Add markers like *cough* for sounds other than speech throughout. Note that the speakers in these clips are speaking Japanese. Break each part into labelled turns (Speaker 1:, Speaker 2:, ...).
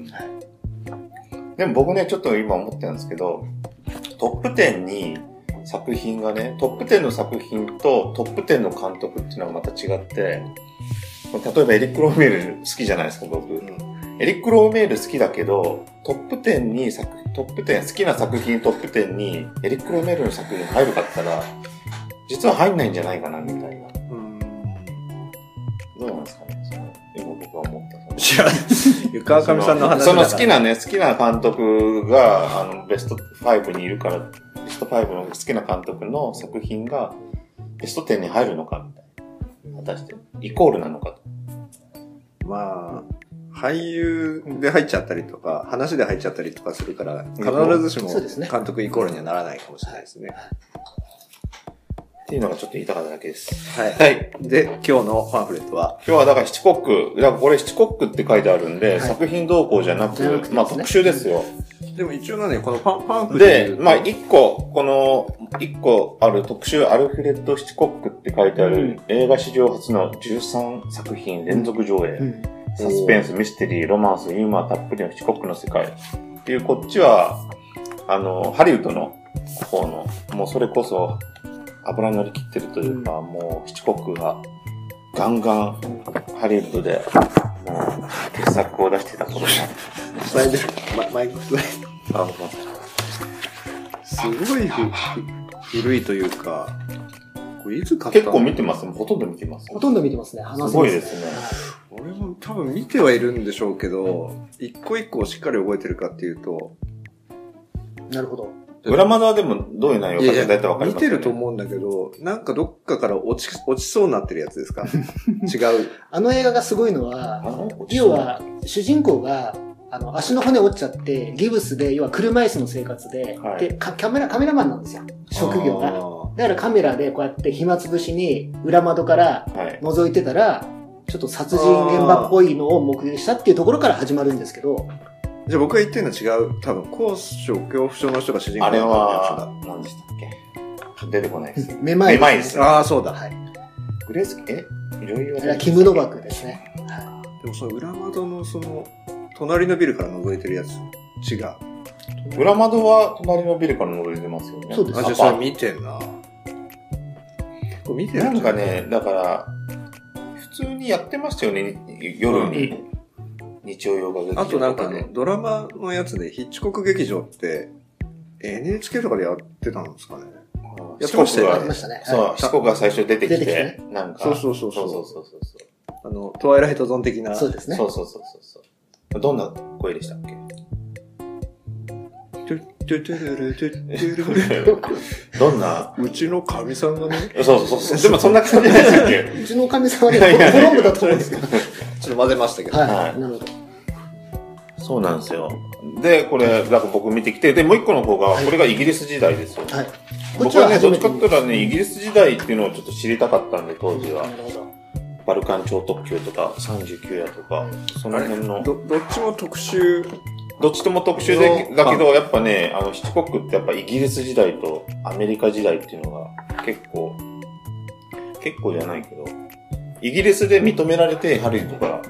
Speaker 1: でも僕ね、ちょっと今思ってるんですけど、トップ10に作品がね、トップ10の作品とトップ10の監督っていうのはまた違って、例えばエリック・ローメール好きじゃないですか、僕。エリック・ローメール好きだけど、トップ10に作、トップ10、好きな作品トップ10にエリック・ローメールの作品入るかって言ったら、実は入んないんじゃないかな、みたいな。
Speaker 2: うん
Speaker 1: どうなんですかね、その、今僕は思ったその。
Speaker 3: 知らない川上さんの話
Speaker 1: そ
Speaker 3: だ
Speaker 1: の
Speaker 3: から
Speaker 1: 好きなね、好きな監督が、あの、ベスト5にいるから、ベスト5の好きな監督の作品が、ベスト10に入るのかみたいな。果たして、イコールなのかと。
Speaker 2: まあ、俳優で入っちゃったりとか、話で入っちゃったりとかするから、必ずしも
Speaker 4: そうですね
Speaker 2: 監督イコールにはならないかもしれないですね。
Speaker 1: っていうのがちょっと言いたかっただけです。
Speaker 2: はい。
Speaker 1: はい。
Speaker 2: で、今日のパンフレットは、
Speaker 1: 今日はだから七国、だからこれ七国って書いてあるんで、
Speaker 4: はい
Speaker 1: 作品動向じゃなく、
Speaker 4: じゃなくてですね
Speaker 1: まあ特集ですよ。
Speaker 2: でも一応なんで、このパン、パンフレット
Speaker 1: で、まあ、一個、この、一個ある特集、アルフレッド・シチコックって書いてある、映画史上初の13作品連続上映。
Speaker 4: うん。
Speaker 1: サスペンス、ミステリー、ロマンス、ユーモアたっぷりの四国の世界。っていう、こっちは、あの、ハリウッドの方の、もうそれこそ、油乗り切ってるというか、もう七国が、ガンガン、ハリウッドで、もう、傑作を出してた頃に
Speaker 4: バイブルママイク。
Speaker 1: あごめんなさ
Speaker 2: すごいふふ古いというか、これいつ買
Speaker 1: い
Speaker 2: った
Speaker 1: 結
Speaker 2: の
Speaker 1: 構見てますほとんど見てます
Speaker 4: ほとんど見てますね。話せます
Speaker 1: ごいですね。
Speaker 2: 俺も多分見てはいるんでしょうけど、一個一個をしっかり覚えてるかっていうと、
Speaker 4: なるほど。
Speaker 1: 裏窓はでも、どういう内容か大体わかり
Speaker 2: 見
Speaker 1: ます
Speaker 2: て
Speaker 1: よね
Speaker 2: ると思うんだけど、なんかどっかから落ち、落ちそうになってるやつ
Speaker 1: *laughs*
Speaker 2: ですか違う。
Speaker 4: あの映画がすごいの
Speaker 1: あ
Speaker 4: は、
Speaker 1: の
Speaker 4: 要は、主人公があの、足の骨折っちゃって、ギブスで、要は車椅子の生活で、
Speaker 1: はい
Speaker 4: でかカメラ、カメラマンなんですよ。職業が。だからカメラでこうやって暇つぶしに裏窓から
Speaker 1: はい。
Speaker 4: 覗いてたら、ちょっと殺人現場っぽいのを目撃したっていうところから始まるんですけど、
Speaker 1: *laughs*
Speaker 2: じゃあ僕が言ってるのは違う。多分、高所恐怖症の人が主人公
Speaker 1: あれ
Speaker 2: だったや
Speaker 1: は、何でしたっけ出てこないです。
Speaker 4: めまい
Speaker 1: めまいです
Speaker 2: つだ。ああ、そうだ。
Speaker 4: はい。
Speaker 1: グレースケえ女優
Speaker 4: あ
Speaker 1: は
Speaker 4: れはキム・ノバクですね。
Speaker 2: でもその裏窓のその、隣のビルから覗いてるやつ、違う。あ、
Speaker 1: 裏窓は隣のビルから覗いてますよね。
Speaker 4: そうで
Speaker 2: じ
Speaker 4: す
Speaker 2: ゃあそれ見てんな。これ見てる
Speaker 1: なんかね、だから、普通にやってましたよね、に夜に。日曜洋画劇場
Speaker 2: あとなんか
Speaker 1: で
Speaker 2: ね、ドラマのやつで、ヒッチコック劇場って、NHK とかでやってたんですかね。
Speaker 1: うん
Speaker 2: や
Speaker 1: 四
Speaker 2: ってま
Speaker 1: 国
Speaker 2: したよ
Speaker 4: あ
Speaker 2: は
Speaker 1: が
Speaker 4: りま、したね。
Speaker 1: そう、四国が最初出てき
Speaker 4: 出てき
Speaker 1: て
Speaker 4: て、
Speaker 1: なんか、
Speaker 2: そうそうそう
Speaker 1: そうそ
Speaker 2: そう
Speaker 1: そうそう
Speaker 2: う。あの、トワイライトゾーン的な。
Speaker 4: そうですね
Speaker 1: そ。うそうそうそうそう。どんな声でしたっけ
Speaker 2: トゥトゥトゥルルトゥトゥルルル
Speaker 1: どんな、
Speaker 2: うちのかみさんがね、
Speaker 1: そうそうそう、でもそんな感じでしたっけ
Speaker 4: うちのおかみさんはい
Speaker 1: やいや
Speaker 4: ね、コロンボだと思うんですけど。
Speaker 2: ちょっと混ぜましたけど。
Speaker 1: は
Speaker 4: はいい。なので、
Speaker 1: そうなんですよ。で、これ、なんか僕見てきて、で、もう一個の方が、これがイギリス時代ですよ。
Speaker 4: はい。
Speaker 1: 僕はね、どっちかって
Speaker 4: 見
Speaker 1: 言ったらね、イギリス時代っていうのをちょっと知りたかったんで、当時は
Speaker 4: な。るほど。
Speaker 1: バルカン超特急とか、39夜とか、その辺の。
Speaker 2: ど、どっちも特集。
Speaker 1: どっちとも特集でだけど、やっぱね、あの、七国ってやっぱイギリス時代とアメリカ時代っていうのが結構、結構じゃないけど、イギリスで認められてハリウッドが、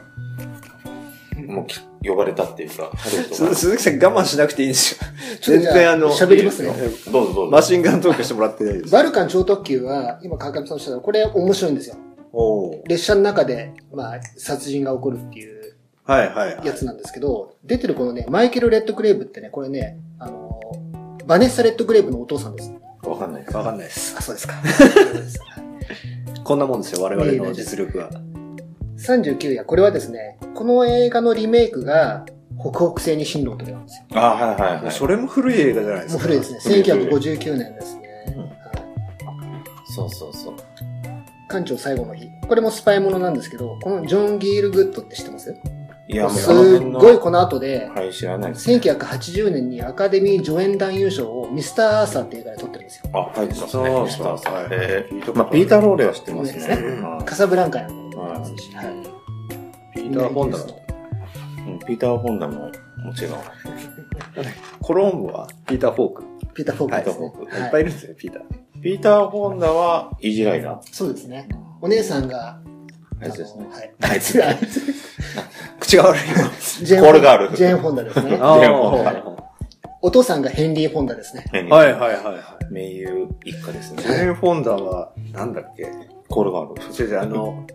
Speaker 1: もうき呼ばれたっていうか、ハリウッド
Speaker 2: 鈴
Speaker 1: が。
Speaker 2: 木さん我慢しなくていいんですよ。
Speaker 4: ちょっ
Speaker 2: 全
Speaker 4: とじゃあ
Speaker 2: 然あの、
Speaker 4: 喋りますね
Speaker 1: *laughs* どうぞどうぞ
Speaker 2: マ。シンガントークしてもらってないです。
Speaker 4: バルカン超特急は、今川上さんおっしゃったこれ面白いんですよ。
Speaker 2: おー
Speaker 4: 列車の中で、まあ、殺人が起こるっていう
Speaker 2: はいはいはい。
Speaker 4: やつなんですけど、出てるこのね、マイケル・レッドクレーブってね、これね、あの、バネッサ・レッドクレーブのお父さんです。
Speaker 1: わかんないです。
Speaker 2: わかんないです。
Speaker 4: あ、そうですか。 *laughs*
Speaker 2: こんなもんですよ、我々の実力は。
Speaker 4: 39夜、これはですね、この映画のリメイクが、北北西に進路を取れなんですよ。
Speaker 1: あ、はいはいはい。
Speaker 2: それも古い映画じゃないで
Speaker 4: も
Speaker 2: す
Speaker 4: う
Speaker 2: か。
Speaker 4: 古いですね。
Speaker 1: 古い古い
Speaker 4: 1959年ですね。
Speaker 1: うん
Speaker 4: はい
Speaker 1: そうそうそう。
Speaker 4: 館長最後の日。これもスパイものなんですけど、このジョン・ギール・グッドって知ってます
Speaker 1: いや、もう
Speaker 4: す
Speaker 1: この辺
Speaker 4: っ
Speaker 1: の。
Speaker 4: ごいこの後で、
Speaker 1: はい、知らないです。
Speaker 4: 1980年にアカデミー助演男優賞をミスター・アーサーって映画で撮ってるんですよ。
Speaker 1: あ、はい、そうです
Speaker 2: そう
Speaker 1: ね。
Speaker 2: です
Speaker 1: そうそう
Speaker 2: はい
Speaker 1: え
Speaker 2: ピー
Speaker 1: ー
Speaker 2: ト
Speaker 1: まあ、ピーター・ローレは知ってます
Speaker 4: 有
Speaker 1: ね。
Speaker 4: 名です
Speaker 2: ね
Speaker 1: うん
Speaker 4: カサブランカやん
Speaker 1: はい
Speaker 4: はい
Speaker 2: ピーター・ホンダの。
Speaker 1: うんピーター・ホンダも、もちろん。
Speaker 2: コロンボはピーター・フォーク。
Speaker 4: ピーター・フォークです
Speaker 1: はいピーターフ
Speaker 2: い
Speaker 1: ォ
Speaker 4: ね。
Speaker 2: っぱ
Speaker 4: はいい
Speaker 2: いるんですよ、ピーター。
Speaker 1: ピーター・ホンダは、イージーライダー。
Speaker 4: そうですね。お姉さんが、
Speaker 1: あいつですね。
Speaker 4: はい。あいつ、あいつ。
Speaker 2: 口が悪い。
Speaker 4: *laughs* ジェ
Speaker 1: コールガール
Speaker 4: ジェーン・フォンダですね。
Speaker 1: あー
Speaker 4: お父さんがヘンリー・フォンダですね。
Speaker 2: はいはいはいはい。
Speaker 1: 名優一家です
Speaker 2: ジェ
Speaker 1: ね。
Speaker 2: ーン・フォンダは、なんだっけ
Speaker 1: コールガール。
Speaker 2: 先生、あの、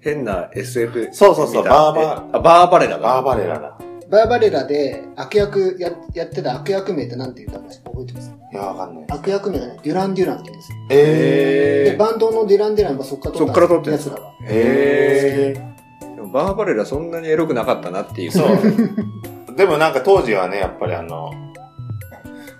Speaker 2: 変な SF。
Speaker 1: そうそうそう
Speaker 2: 見た
Speaker 1: バー
Speaker 2: えあバーバレラだ。
Speaker 1: バーバレラだ。
Speaker 4: バーバレラで悪役や、やってた悪役名って何て言ったか覚えてます
Speaker 1: いや、わかんない。
Speaker 4: 悪役名がね、デュラン・デュランって言うんですよ。
Speaker 1: え
Speaker 4: で、バンドのデュラン・デュランがそっから撮っ
Speaker 2: そ
Speaker 4: た
Speaker 2: っから撮ってる
Speaker 4: やつらは。
Speaker 1: ー。えー。
Speaker 2: ー。でもバーバレラそんなにエロくなかったなっていう。
Speaker 1: *laughs* そう。でもなんか当時はね、やっぱりあの、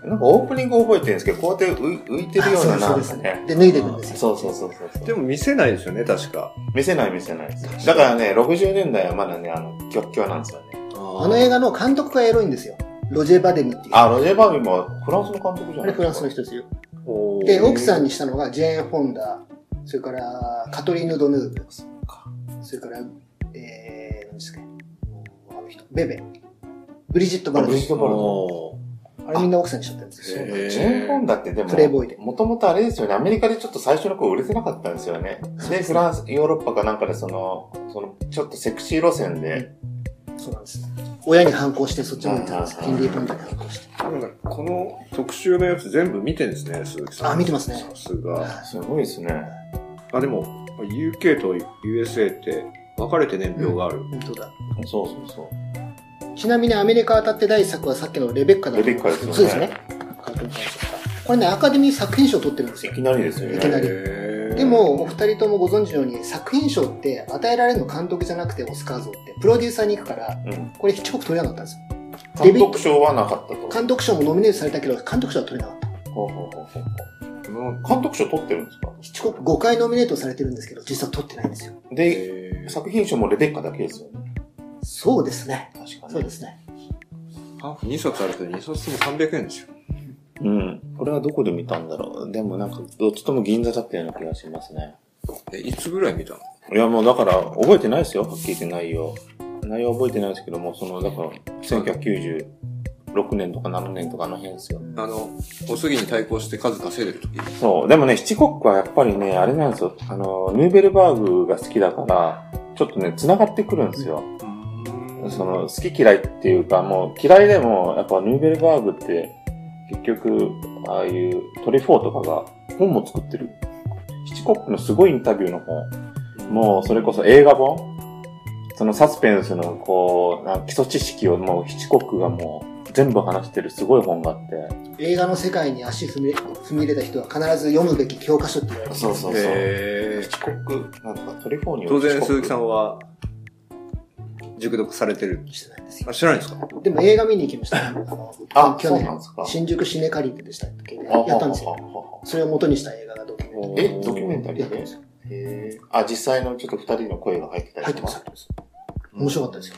Speaker 1: なんかオープニング覚えてるんですけど、こうやって浮浮いてるような
Speaker 4: あそ
Speaker 1: な
Speaker 4: うんです
Speaker 1: か
Speaker 4: そうです
Speaker 1: ね。
Speaker 4: で、脱いでいくんですよ。
Speaker 1: そうそうそうそう。
Speaker 2: でも見せないですよね、確か。
Speaker 1: 見せない見せないです。だからね、60年代はまだね、あの、極強なんですよね。
Speaker 2: あ
Speaker 4: あの映画の監督がエロいんですよ。ロジェ・バデムっていう。
Speaker 1: あ、ロジェ・バービーもフランスの監督じゃ
Speaker 4: あ
Speaker 1: な
Speaker 4: れ
Speaker 1: い
Speaker 4: フランスの人ですよ。
Speaker 2: おー
Speaker 4: で、奥さんにしたのがジェーン・フォンダ、それからカトリーヌ・ドヌーブ、それから、えー、何ですかね、あの人、ベベ、ブリジット・バル
Speaker 1: ブ
Speaker 4: ド
Speaker 1: リジットバルド
Speaker 2: お
Speaker 4: あれみんな奥さんにしちゃったんですよ。
Speaker 2: へ
Speaker 1: ジェーン・フォンダってでも
Speaker 4: プレイボーイで、
Speaker 1: もともとあれですよね、アメリカでちょっと最初の頃売れてなかったんですよね。で、フランス、ヨーロッパかなんかでその、その、ちょっとセクシー路線で、
Speaker 4: そうなんです。親に反抗してそっちに行ったんです
Speaker 1: う
Speaker 4: よ。
Speaker 1: ん
Speaker 4: ヘンリー・フォンダに反抗して。
Speaker 2: ーなんかこの特集のやつ全部見てんですね、鈴木さん。
Speaker 4: あ見てますね
Speaker 2: さすが。
Speaker 1: すごいですね。
Speaker 2: あ、でも、UK と USA って分かれて年表がある。
Speaker 4: 本当だ。
Speaker 1: そうそうそ
Speaker 4: ちなみにアメリカ当たって第一作はさっきのレベッカだと思うんけど
Speaker 1: レベッカ
Speaker 4: そ
Speaker 1: で
Speaker 4: うですす
Speaker 1: よね
Speaker 4: ね。これね、アカデミー作品賞を取ってるんですよ
Speaker 1: う。い。きなりですよね。
Speaker 4: いきなり
Speaker 2: り
Speaker 4: で、も、お二人ともご存知のように、作品賞って与えられるの監督じゃなくてオスカー像って、プロデューサーに行くから、
Speaker 1: うん。
Speaker 4: これ一億取れなかったんですよ。
Speaker 1: 監督賞はなかったと。
Speaker 4: 監督賞もノミネートされたけど、監督賞は取れなかった。
Speaker 1: ほうほうほうほう
Speaker 2: この
Speaker 1: 監督賞取ってるんですか
Speaker 4: 七国5回ノミネートされてるんですけど、実は取ってないんですよ。
Speaker 1: で、
Speaker 2: えー
Speaker 1: 作品賞もレベッカだけですよね。
Speaker 4: そうですね。
Speaker 1: 確かに。
Speaker 4: そうですね。パンフ
Speaker 2: 2冊あると2冊とも300円ですよ。
Speaker 1: うん。これはどこで見たんだろう。でもなんか、どっちとも銀座だったような気がしますね。
Speaker 2: え、いつぐらい見たの
Speaker 1: いや、もうだから、覚えてないですよ。はっきり言って内容。内容覚えてないですけども、その、だから、1996年とか7年とかあの辺ですよ。
Speaker 2: あの、おすぎに対抗して数稼いでる時
Speaker 1: そう。でもね、七国はやっぱりね、あれなんですよ。あの、ヌーベルバーグが好きだから、ちょっとね、繋がってくるんですよ。その、好き嫌いっていうか、もう嫌いでも、やっぱヌーベルバーグって、結局、ああいうトリフォーとかが本も作ってる。七国のすごいインタビューの本。もう、それこそ映画本そのサスペンスの、こう、なんか基礎知識をもう七国がもう全部話してるすごい本があって。
Speaker 4: 映画の世界に足踏み踏み入れた人は必ず読むべき教科書って言われてます
Speaker 1: そうそうそう。
Speaker 2: え
Speaker 1: 七国、なんとかトリフォーによ
Speaker 2: 当
Speaker 1: る
Speaker 2: 然
Speaker 1: 四国
Speaker 2: 鈴木さんは、熟読されてる。
Speaker 4: してないんですよ
Speaker 2: あ、知らないんですか
Speaker 4: でも映画見に行きました。あの
Speaker 1: あ、
Speaker 4: 去
Speaker 1: そうなんですか
Speaker 4: 年、。新宿シネカリンテでしたっけね
Speaker 1: あははは
Speaker 4: やったんですよ。それを元にした映画がドキュメン
Speaker 1: え、ドキュメンタ
Speaker 4: タ
Speaker 1: リ
Speaker 4: リ
Speaker 1: ー
Speaker 4: ー
Speaker 1: で
Speaker 4: で
Speaker 1: へーあ、実際のちょっと二人の声が入ってた
Speaker 4: ト
Speaker 1: りと
Speaker 4: 入って
Speaker 1: か
Speaker 4: ます、入ってます。面白かったですよ。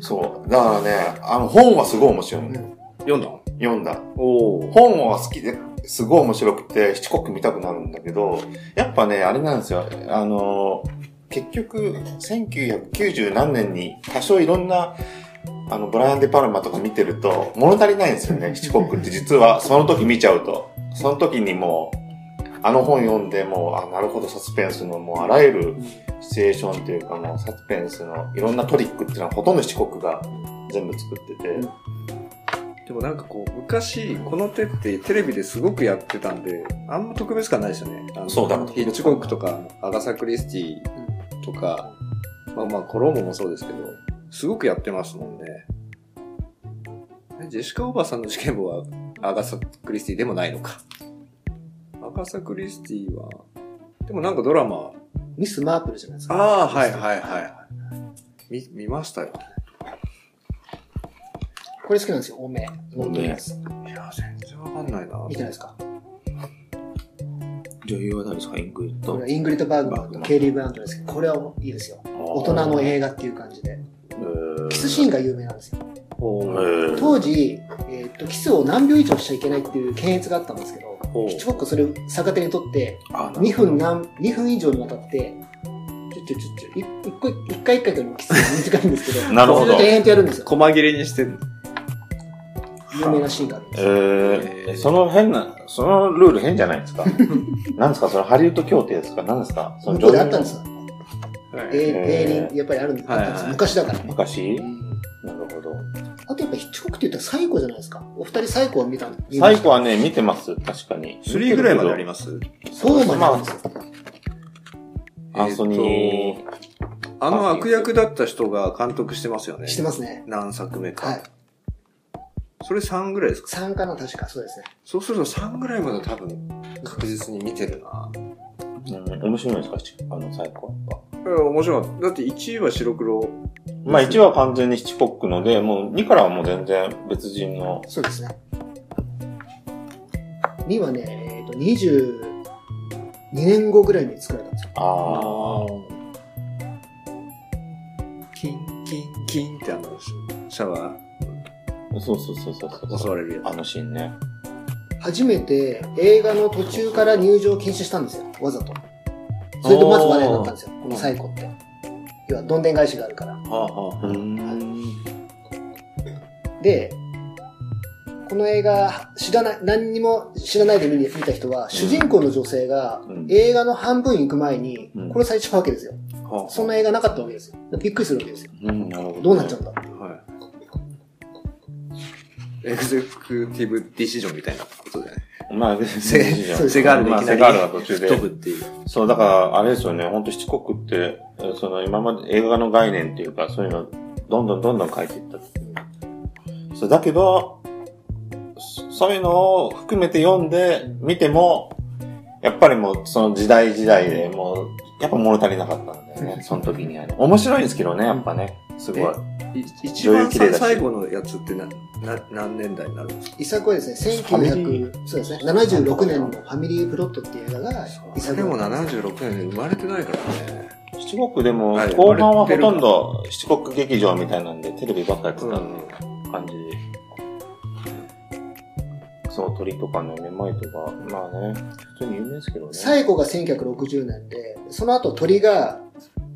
Speaker 1: そう。だからね、あの本はすごい面白いの。
Speaker 2: 読んだ
Speaker 1: 読んだ。
Speaker 2: おお。
Speaker 1: 本は好きで、すごい面白くて、七国見たくなるんだけど、やっぱね、あれなんですよ。あの、結局、1990何年に多少いろんな、あの、ブライアン・デ・パルマとか見てると、物足りないんですよね、七国って実は、その時見ちゃうと。その時にもう、あの本読んでもう、あ、なるほど、サスペンスのもう、あらゆるシチュエーションというか、もう、サスペンスのいろんなトリックっていうのは、ほとんど四国が全部作ってて、
Speaker 2: でもなんかこう、昔、この手ってテレビですごくやってたんで、あんま特別感ないですよね。あの
Speaker 1: そうだ
Speaker 2: ヒッチコックとか、アガサ・クリスティとか、まあまあ、コロンボもそうですけど、すごくやってますもんね。えジェシカ・オーバーさんの事件簿は、アガサ・クリスティでもないのか。アガサ・クリスティは、でもなんかドラマ、
Speaker 4: ミス・マープルじゃないですか。
Speaker 2: ああ、はいはいはい。見、見ましたよ。
Speaker 4: これ好きなんですよ、おめ。
Speaker 1: おめ
Speaker 4: 見
Speaker 2: いや、全然わかんないな。
Speaker 4: てないですか
Speaker 1: 女優は誰ですか、イングリッ
Speaker 4: これはイングリッド・バーグマンとケイリー・ブラントですけど、これはいいですよ。大
Speaker 1: 大
Speaker 4: 人の映画っていう感じで。キスシーンが有名なんですよ。
Speaker 2: ほう
Speaker 4: 当時、えーっと、キスを何秒以上しちゃいけないっていう検閲があったんですけど、
Speaker 2: ほう
Speaker 4: ヒッチコックはそれを逆手にとって、
Speaker 1: あ
Speaker 4: 2分何、二分以上にわたって、ちょちょちょちょ、い一個一回一回というのもきつい短いんですけど、
Speaker 1: なるほど
Speaker 4: それを延々とやるんですよ。
Speaker 2: 細切れにして
Speaker 4: 有名なシーンがあるんです
Speaker 1: え
Speaker 4: よ。
Speaker 1: ー、その変な、そのルール変じゃないです
Speaker 4: *laughs*
Speaker 1: か。なんですかそのハリウッド協定ですかなんですかその
Speaker 4: 向こうであったんです
Speaker 1: す
Speaker 4: よ。
Speaker 2: はい
Speaker 4: えー、やっぱりあるんです、
Speaker 2: はいはい
Speaker 4: あったんですよ昔だからね。
Speaker 1: 昔
Speaker 4: うん
Speaker 1: なるほど。
Speaker 4: あとやっぱヒッチコックって言ったらサイコじゃないですか。お二人サイコは見たの
Speaker 1: サイコはね、見てます。確かに。
Speaker 2: スリーぐらいまであり
Speaker 1: ま
Speaker 2: ます
Speaker 4: そうまであるんですよ。
Speaker 1: アンソニー。
Speaker 2: あの悪役だった人が監督してますよね。
Speaker 4: してますね。
Speaker 2: 何作目か。
Speaker 4: はい。
Speaker 2: それ3ぐらいですか
Speaker 4: 3かな、確か。そうですね。
Speaker 2: そうすると3ぐらいまで多分確実に見てるな。
Speaker 1: うん、面白いんですかしあの、サイコは。
Speaker 2: いや面白かった。だって1位は白黒。
Speaker 1: まあ、1は完全に七国ので、もう2からはもう全然別人の。
Speaker 4: そうですね。2はね、えっ、と、22年後ぐらいに作られたんですよ。
Speaker 1: ああ。
Speaker 2: キンキンキンってあの、シャワ
Speaker 1: そうそうそうそう
Speaker 2: ー襲
Speaker 1: そう。
Speaker 2: われるや
Speaker 1: あのシーンね。
Speaker 4: 初めて映画の途中から入場禁止したんですよ。わざと。それとまず話題になったんですよ。このサイコって。要は、どんでん返しがあるから。
Speaker 2: つ。はあは
Speaker 1: うーん。
Speaker 4: で、この映画、知らない、何にも知らないで見に見た人は、主人公の女性が
Speaker 1: うん
Speaker 4: 映画の半分行く前に
Speaker 1: うん
Speaker 4: 殺されちゃうわけですよ。
Speaker 2: あはあ。
Speaker 4: そんな映画なかったわけですよ。びっくりするわけですよ。
Speaker 1: うん、なるほど。
Speaker 4: どうなっちゃうんだって
Speaker 2: はい。エグゼクティブディシジョンみたいなことじゃない
Speaker 1: ま *laughs* あ、
Speaker 2: セ
Speaker 1: 別人
Speaker 4: そう
Speaker 2: セガールが
Speaker 1: まあ
Speaker 2: いきな
Speaker 1: セ
Speaker 2: り
Speaker 1: ガールが途中で
Speaker 2: 吹っ飛ぶっていう。
Speaker 1: そう、だから、あれですよね、ほんと七国って、えーその今まで映画の概念っていうか、そういうの、どんどんどんどん変えていったっていう。そう、だけど、そそういうのを含めて読んで、見ても、やっぱりもう、その時代時代でもう、やっぱ物足りなかったんだよ
Speaker 2: *laughs*
Speaker 1: ね、その時にはね。面白いんですけどね、やっぱね。すごい。
Speaker 2: い一
Speaker 1: 女優
Speaker 2: 番
Speaker 1: 綺麗だし
Speaker 2: 最後のやつってな、な、何年代になるんですか
Speaker 4: イサコはですね、
Speaker 1: ファミリ
Speaker 4: 1900、そうですね、76年のファミリープロットっていう映画が、イサ
Speaker 2: それ
Speaker 4: コだ
Speaker 2: も
Speaker 4: ったんですよ
Speaker 2: 76年で生まれてないからね。
Speaker 1: 七国でも
Speaker 2: はい、
Speaker 1: 後半はほとんど七国劇場みたいなんで、テレビばっかやってた
Speaker 2: うん。
Speaker 1: 感じそう、鳥とかね、めまいとか、まあね、普通に有名ですけどね。
Speaker 4: 最後が1960年で、その後鳥が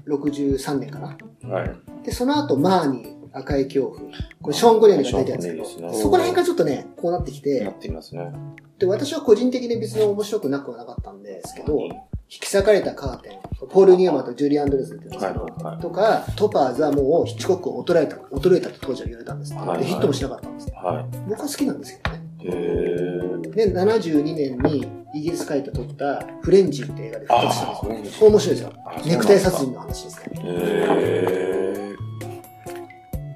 Speaker 4: 63年かな。
Speaker 1: はい。
Speaker 4: で、その後マーニー、赤い恐怖。これショーン・ゴネリが出たやつだけど、
Speaker 1: ショーンゴネリですね
Speaker 4: そこら辺がちょっとね、こうなってき
Speaker 1: な
Speaker 4: て
Speaker 1: っ、ていますね。
Speaker 4: で、私は個人的に別に面白くなくはなかったんですけど、引き裂かれたカーテン、ポール・ニューマンとジュリー・アンドレスって言うんですけど、
Speaker 1: はいはいはい
Speaker 4: とか、トパーズはもうヒッチコックを衰えた、衰えたと当時は言われたんですけど、
Speaker 1: はいはい
Speaker 4: でヒットもしなかったんです。
Speaker 1: は
Speaker 4: 僕は好きなんですけどね。
Speaker 1: い。へー。
Speaker 4: で、72年にイギリス海と撮ったフレンチって映画で復活したんですよ。
Speaker 1: あ
Speaker 4: これ面白いです
Speaker 1: あそ
Speaker 4: よ
Speaker 1: うなんで。すか
Speaker 4: ネクタイ殺人の話ですね。
Speaker 1: へー。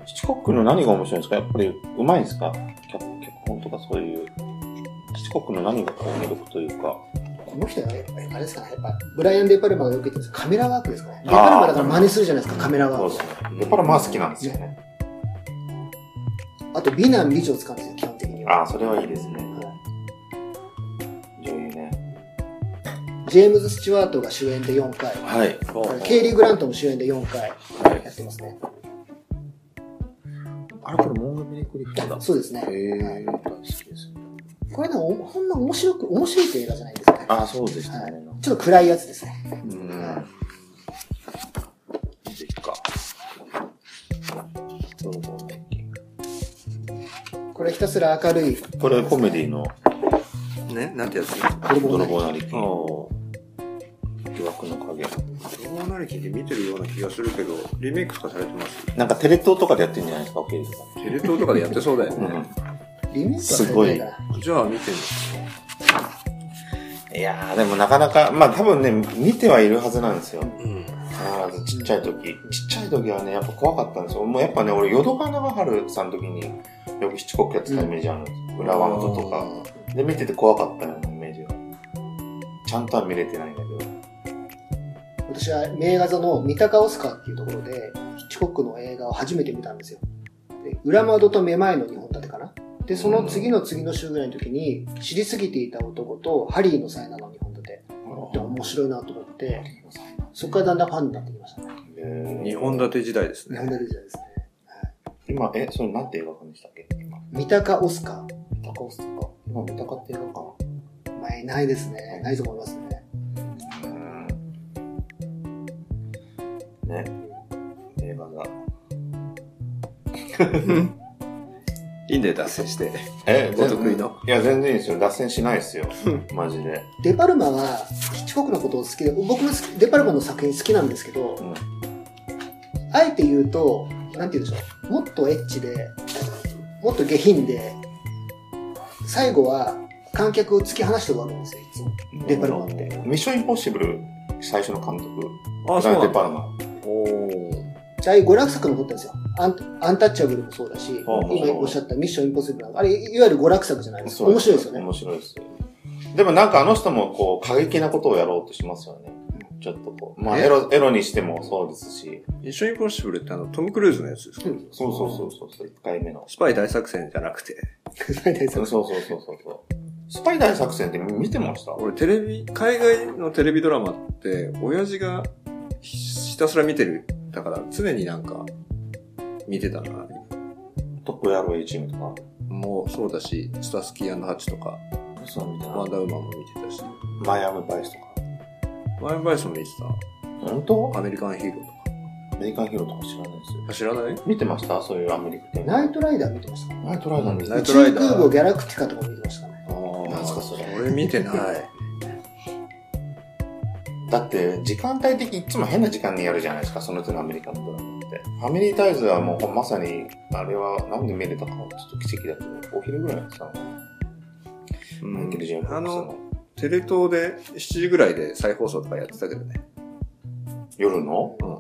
Speaker 1: ヒッチコックの何が面白いんですかやっぱりうまいんですか脚脚本とかそういう。ヒッチコックの何がこう魅力というか。
Speaker 4: この人はね、あれですかね、やっぱ、ブライアン・デ・パルマがよく言ってるんですよカメラワークですかね。
Speaker 1: あー
Speaker 4: デ・パルマだから真似するじゃないですか、カメラワーク。
Speaker 1: ね。やっぱりまあ好きなんですよね。
Speaker 4: あと、美男美女を使うんですよ、基本的には。
Speaker 1: ああ、それはいいですね。
Speaker 4: はい
Speaker 1: 女優ね。
Speaker 4: ジェームズ・スチュワートが主演で4回。
Speaker 1: はい。
Speaker 4: ケイリー・グラントも主演で4回
Speaker 1: はい
Speaker 4: やってますね。
Speaker 1: あれこれモンガメリクリフトだ。
Speaker 4: そうですね。
Speaker 1: へー。
Speaker 4: は
Speaker 1: 好きです。
Speaker 4: いこれでも、ほんま面白く、面白いって映画じゃないですかね。
Speaker 1: ああ、そうでした
Speaker 4: は
Speaker 1: ね。
Speaker 4: い、ちょっと暗いやつですね。
Speaker 1: うん。いいですか。
Speaker 4: これひたすら明るい。
Speaker 1: これコメディの
Speaker 2: ね、なんてやつ
Speaker 4: 泥棒
Speaker 1: 泥
Speaker 4: な
Speaker 1: 棒なりき、疑
Speaker 2: お
Speaker 1: 惑の影。
Speaker 2: ドラマなりきって見てるような気がするけど、リメイクとかされてます
Speaker 1: なんかテレ東とかでやってるんじゃないですか、オケリさ
Speaker 2: テレ東とかでやってそうだよ
Speaker 1: ん。
Speaker 2: ね。
Speaker 4: リメイクはされてないかな。
Speaker 2: じゃあ見てみ
Speaker 1: いやー、でもなかなか、まあ多分ね、見てはいるはずなんですよ。
Speaker 2: うん。
Speaker 1: 必ずちっちゃい時。ちっちゃい時はね、やっぱ怖かったんですよ。もうやっぱね、俺、淀川長春さんの時に、よく七国やってたイメージあるんですよ。裏ワントとか。で、見てて怖かったようなイメージが。ちゃんとは見れてないんだけど。
Speaker 4: 私は名画座の三鷹オスカーっていうところで、ヒッチコックの映画を初めて見たんですよ。で裏窓とめまいの日本立てかな。で、その次の次の週ぐらいの時に、知りすぎていた男とハリーの才能の日本立て。で面白いなと思って、そこからだんだんファンになってきましたね。
Speaker 1: えー
Speaker 2: 日本立て時代です
Speaker 4: 日
Speaker 2: ね
Speaker 4: 本。立て時代ですね。
Speaker 1: 今、え、それなんて映画館でしたっけ今、
Speaker 4: 三鷹オスカ
Speaker 1: 三鷹オスとか。今、三鷹って映画か
Speaker 4: ー。前ないですね。ないと思いますね。
Speaker 1: うん。ね。映画が。
Speaker 2: いいんだよ、脱線して。
Speaker 1: え
Speaker 2: お得意の。
Speaker 1: いや、全然いいですよ。脱線しない
Speaker 2: *laughs*
Speaker 1: ですよ。マジで。
Speaker 4: デパルマは、ヒッチコックのことを好きで、僕も好きデパルマの作品好きなんですけど、
Speaker 1: うん
Speaker 4: あえて言うと、なんて言うんでしょう、もっとエッチで、もっと下品で、最後は観客を突き放して終わるんですよ、いつも。デパルマって。
Speaker 1: ミッションインポッシブル、最初の監督。
Speaker 2: あ
Speaker 1: フランテパ
Speaker 2: だ。
Speaker 1: ルマ。
Speaker 2: おー
Speaker 4: じゃあ、ああいう娯楽作残ってるんですよ。アンアンタッチャブルもそうだし、
Speaker 1: ああ
Speaker 4: 今おっしゃったミッションインポッシブルなんかあれ、いわゆる娯楽作じゃないですか。
Speaker 1: そう
Speaker 4: 面白いですよね。
Speaker 1: 面白いです。でもなんかあの人もこう、過激なことをやろうとしますよね。ちょっとこう。まあ、
Speaker 2: え
Speaker 1: エロ、エロにしてもそうですし。
Speaker 2: ミッションインポッシブルってあの、トム・クルーズのやつですか
Speaker 4: うん
Speaker 1: そうそうそうそうそう、1回目の。
Speaker 2: スパイ大作戦じゃなくて。
Speaker 4: 大体そ
Speaker 1: そううそうそうそうそう。スパイ大作戦って見てました
Speaker 2: 俺テレビ、海外のテレビドラマって、親父がひひたすら見てる。だから常になんか、見てたな。
Speaker 1: トップやろうチームとか。
Speaker 2: もうそうだし、スタスキーハッチとか、
Speaker 1: そうみたい
Speaker 2: ワンダーウーマンも見てたし、
Speaker 1: マイアミバイスとか。
Speaker 2: ワインバイスも見て
Speaker 1: 本当
Speaker 2: た。アメリカンヒーローとか。
Speaker 1: アメリカンヒーローとか知らないですよ。
Speaker 2: あ知らない
Speaker 1: 見てましたそういうアメリカ系。
Speaker 4: ナイトライダー見てましたか
Speaker 1: ナイトライダー見て
Speaker 2: ナ
Speaker 1: た
Speaker 2: イ
Speaker 4: 宇
Speaker 2: ト
Speaker 4: 宙
Speaker 2: ライダー
Speaker 4: 空母ギャラクティカとかも見てましたね。
Speaker 2: あー
Speaker 1: なんすかそれ
Speaker 2: 俺見てない。
Speaker 1: だって、時間帯的にいつも変な時間にやるじゃないですか、その手のアメリカのドラマって。ファミリータイズはもうまさに、あれはなんで見れたかはちょっと奇跡だけど、お昼ぐらいやってたのかな
Speaker 2: う
Speaker 1: マイケル・ジェームズ
Speaker 2: ん、あの、
Speaker 1: の
Speaker 2: テレ東で7時ぐらいで再放送とかやってたけどね。
Speaker 1: 夜の
Speaker 2: うん。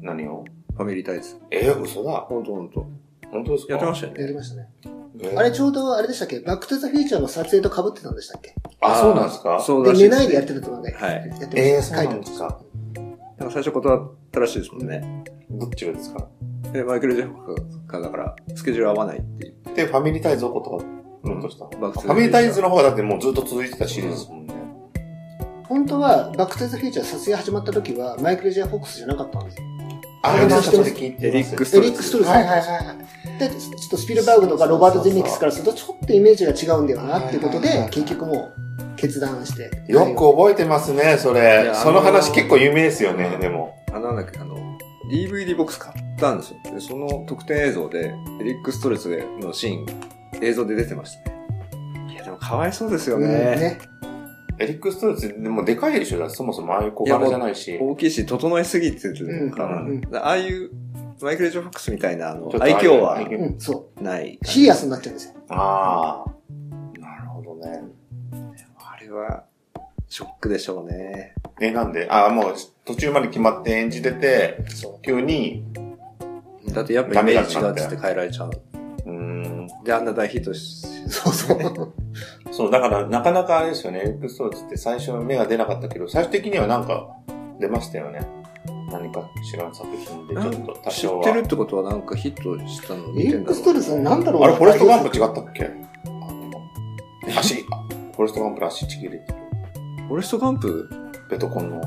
Speaker 1: 何を
Speaker 2: ファミリータイズ。
Speaker 1: えー、嘘だ。
Speaker 2: ほんとほんと。
Speaker 1: 本当ですか
Speaker 2: やってましたよ
Speaker 4: やり
Speaker 2: ね。
Speaker 4: ましたね。
Speaker 1: えー
Speaker 4: あれちょうどあれでしたっけバックトゥザフューチャーの撮影と被ってたんでしたっけ
Speaker 1: あ、そうなんですか
Speaker 2: そう
Speaker 4: で
Speaker 2: らし
Speaker 4: 寝
Speaker 2: い
Speaker 4: ないでやってたとかね。
Speaker 2: はい
Speaker 4: やってました
Speaker 1: えー、そう
Speaker 4: 書い
Speaker 1: な
Speaker 4: て
Speaker 1: ん
Speaker 4: ま
Speaker 1: で
Speaker 4: し
Speaker 1: す
Speaker 4: た
Speaker 1: か
Speaker 2: なんか最初断ったらしいですもんね。
Speaker 1: どっちがですか
Speaker 2: で、マイケル・ジェフが、だから、スケジュール合わないっていう。
Speaker 1: で、ファミリータイズをことか、どうしたの
Speaker 2: バック
Speaker 1: ファミリータイズの方がだってもうずっと続いてたシリーズですもんね。
Speaker 4: 本当はバックトゥザフューチャー撮影始まった時はマイケル・ジェイ・フォックスじゃなかったんですよ。
Speaker 1: あれなんかそれ聞いて
Speaker 2: エリ
Speaker 1: ま
Speaker 2: ッ
Speaker 1: す
Speaker 2: ク・スト
Speaker 4: エリ
Speaker 2: レ
Speaker 4: ック・ス
Speaker 2: ス
Speaker 4: トレス。
Speaker 1: はいはいはい。
Speaker 4: で、ちょっとスピルバーグとかロバート・ゼミックスからすると、ちょっとイメージが違うんだよなっていうこと
Speaker 1: はいはい
Speaker 4: で
Speaker 1: は、い
Speaker 4: 結局もう決断して。
Speaker 1: よく覚えてますね、それ。
Speaker 2: や
Speaker 1: その話結構有名ですよね、でも。
Speaker 2: あの、なんだっけ、あの、DVD ボックス買ったんですよ。で、その特典映像で、エリック・ストレスのシーン、映像で出てましたね。いや、でもかわいそうですよ
Speaker 4: うん
Speaker 2: ね。
Speaker 4: ね。
Speaker 1: エリック・ストレス、でもでかいでしょ、だってそもそもああいう小柄じゃないし。
Speaker 2: 大きいし、整えすぎてるから、
Speaker 4: うんうん
Speaker 2: だからああいう、マイケル・ジョー・フォックスみたいな、あの
Speaker 1: ちょ、っと
Speaker 2: 愛嬌は
Speaker 1: 愛嬌
Speaker 4: うん、そ
Speaker 2: ない。
Speaker 4: う。シリアスになっちゃうんですよ。
Speaker 1: ああ。なるほどね。
Speaker 2: あれは、ショックでしょうね。
Speaker 1: え、なんでああ、もう途中まで決まって演じてて、
Speaker 4: そ
Speaker 1: 急に、
Speaker 2: だってやっぱイメージ違うっつって変えられちゃう。
Speaker 1: うーん。
Speaker 2: で、あんな大ヒットし
Speaker 4: う。、そうそう。
Speaker 1: そう、だからなかなかあれですよね、エリック・ストレスって最初目が出なかったけど、最終的にはなんか出ましたよね。何か知らん作品で、ちょっと多
Speaker 2: 知
Speaker 1: 少
Speaker 2: っ
Speaker 1: は。
Speaker 2: てるってことはなんかヒットしたの
Speaker 4: エリ
Speaker 2: 見てんだ
Speaker 4: ック・
Speaker 2: ろ
Speaker 4: ス
Speaker 2: う
Speaker 4: トレスは何だろう
Speaker 1: あれ、フォレストガンプ違ったっけ
Speaker 2: え
Speaker 1: 足、あフォレストガンプの足ちぎれてる。
Speaker 2: フォレストガンプ
Speaker 1: ベトコンの、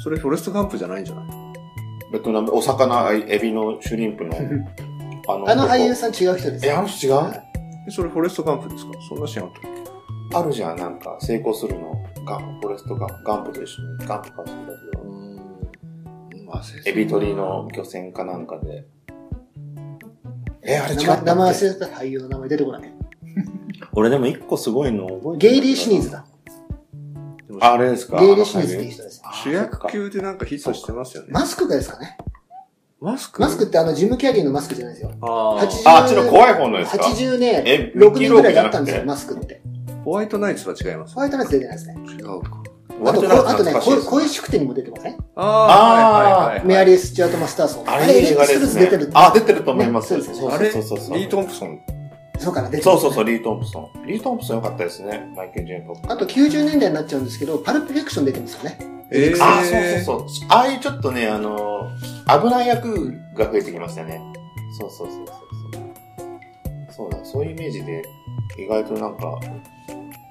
Speaker 2: それフォレストガンプじゃないんじゃない
Speaker 1: ベトナム、お魚、エビのシュリンプの、あの
Speaker 4: あの俳優さん違う人です
Speaker 1: え、
Speaker 4: よ。
Speaker 1: あの人違う
Speaker 2: えそれフォレストガンプですかそんなシーンあったっけ
Speaker 1: あるじゃん、なんか、成功するの。ガンフォレストガン、ガンプと一緒に、ガンプかそうだけど、
Speaker 2: うん忘れて
Speaker 1: エビ取りの漁船かなんかで。え、あれ違
Speaker 4: 名
Speaker 1: ったっ
Speaker 4: 前
Speaker 1: け
Speaker 4: 名前忘れた俳優の名前出てこない。
Speaker 1: 俺でも一個すごいの覚えてる
Speaker 4: ゲイリー・シニーズ。だ。
Speaker 2: でも
Speaker 1: ああれですか
Speaker 4: ゲイリー・シニーズっていう人です。
Speaker 2: 主役級でなんかヒットしてますよね。
Speaker 4: マスクがですかね。
Speaker 2: マスク
Speaker 4: マスクってあの、ジム・キャリーのマスクじゃないですよ。
Speaker 2: ああ。
Speaker 4: 80
Speaker 1: あ、あっちの怖い方のですか
Speaker 4: 80ね、
Speaker 1: え、
Speaker 4: 6人ぐらいだったんですよ、
Speaker 1: ミッキーロークじゃなくて
Speaker 4: マスクって。
Speaker 2: ホワイトナイツは違います。
Speaker 4: ホワイトナイツ出てないですね。
Speaker 2: 違うか。
Speaker 4: あと、
Speaker 1: 割
Speaker 4: こと
Speaker 1: なんか
Speaker 4: あとね、
Speaker 1: 懐かしい
Speaker 4: 恋
Speaker 1: です
Speaker 4: 恋しくてにも出てません
Speaker 2: ああ、はいはいはい、はい。
Speaker 4: メアリー・スチュアート・マスターソン。
Speaker 1: あれ、映
Speaker 4: エ
Speaker 1: 画
Speaker 4: ク
Speaker 1: で
Speaker 4: ストレ
Speaker 1: す
Speaker 4: ス出て
Speaker 1: ね
Speaker 4: る。。
Speaker 1: あ、出てると思います。
Speaker 4: ねそうです
Speaker 1: そ
Speaker 4: ね
Speaker 1: う
Speaker 2: あ
Speaker 1: そう
Speaker 2: れ
Speaker 1: そうそう。
Speaker 2: リー・トンプソン。
Speaker 4: そうかな、出てる
Speaker 1: そうそうそう、リー・トンプソン。リー・トンプソン良かったですね。マイケル・ジェイ・ポップ。
Speaker 4: あと90年代になっちゃうんですけど、パルプフィクション出てますよね。
Speaker 2: えー
Speaker 1: あ、そうそうそう。ああいうちょっとね、あの、危ない役が増えてきましたね。そうそうそうそうそう。そうだ、そういうイメージで、意外となんか、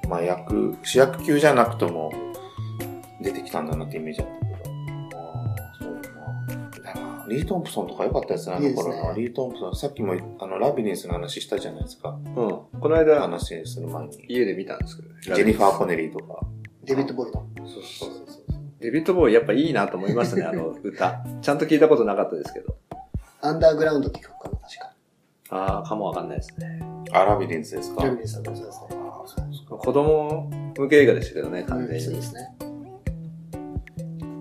Speaker 1: まあ役、主役級じゃなくとも、出てきたんだなってイメージだったけど。ああ、そうだな。だからリー・トンプソンとか良かったですね、あの頃
Speaker 4: いい
Speaker 1: の。
Speaker 4: ですね
Speaker 1: リー・トンプソン、さっきも、あの、ラビリンスの話したじゃないですか。
Speaker 2: うん。この間、
Speaker 1: 話する前に。
Speaker 2: 家で見たんですけどね。
Speaker 1: ジェニファー・コネリーとか。
Speaker 4: デビッド・ボーイの。
Speaker 1: そうそうそうそう。
Speaker 2: デビットボーイやっぱいいなと思いましたね、あの歌。ちゃんと聞いたことなかったですけど。
Speaker 4: アンダーグラウンドって曲かな、確か。
Speaker 2: ああ、かもわかんないですね。
Speaker 1: あ、ラビリンスですか
Speaker 4: ジャミリンさんのそうですね。
Speaker 1: あそうですか
Speaker 2: 子供向け映画でしたけどね、完
Speaker 4: うん
Speaker 2: 全
Speaker 4: そう
Speaker 2: に。
Speaker 4: ですね。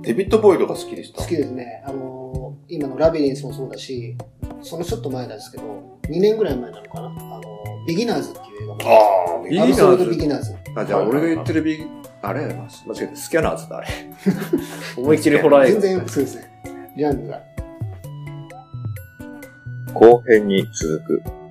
Speaker 1: デビッド・ボーイとか好きでした
Speaker 4: 好きですね。あのー、今のラビリンスもそうだし、そのちょっと前なんですけど、2年ぐらい前なのかな。あのー、ビギナーズっていう映画も。
Speaker 1: ああ、
Speaker 2: いい
Speaker 4: ア
Speaker 2: な
Speaker 4: ブソルト・ビギナーズ。
Speaker 2: あ、じゃあ俺が言ってるビ、あれ間違えた、スキャナーズだ、あれ。思いっきりホラー映
Speaker 4: 全
Speaker 2: 画。
Speaker 4: 然、そうですね。ジャンルが。
Speaker 3: 後編に続く。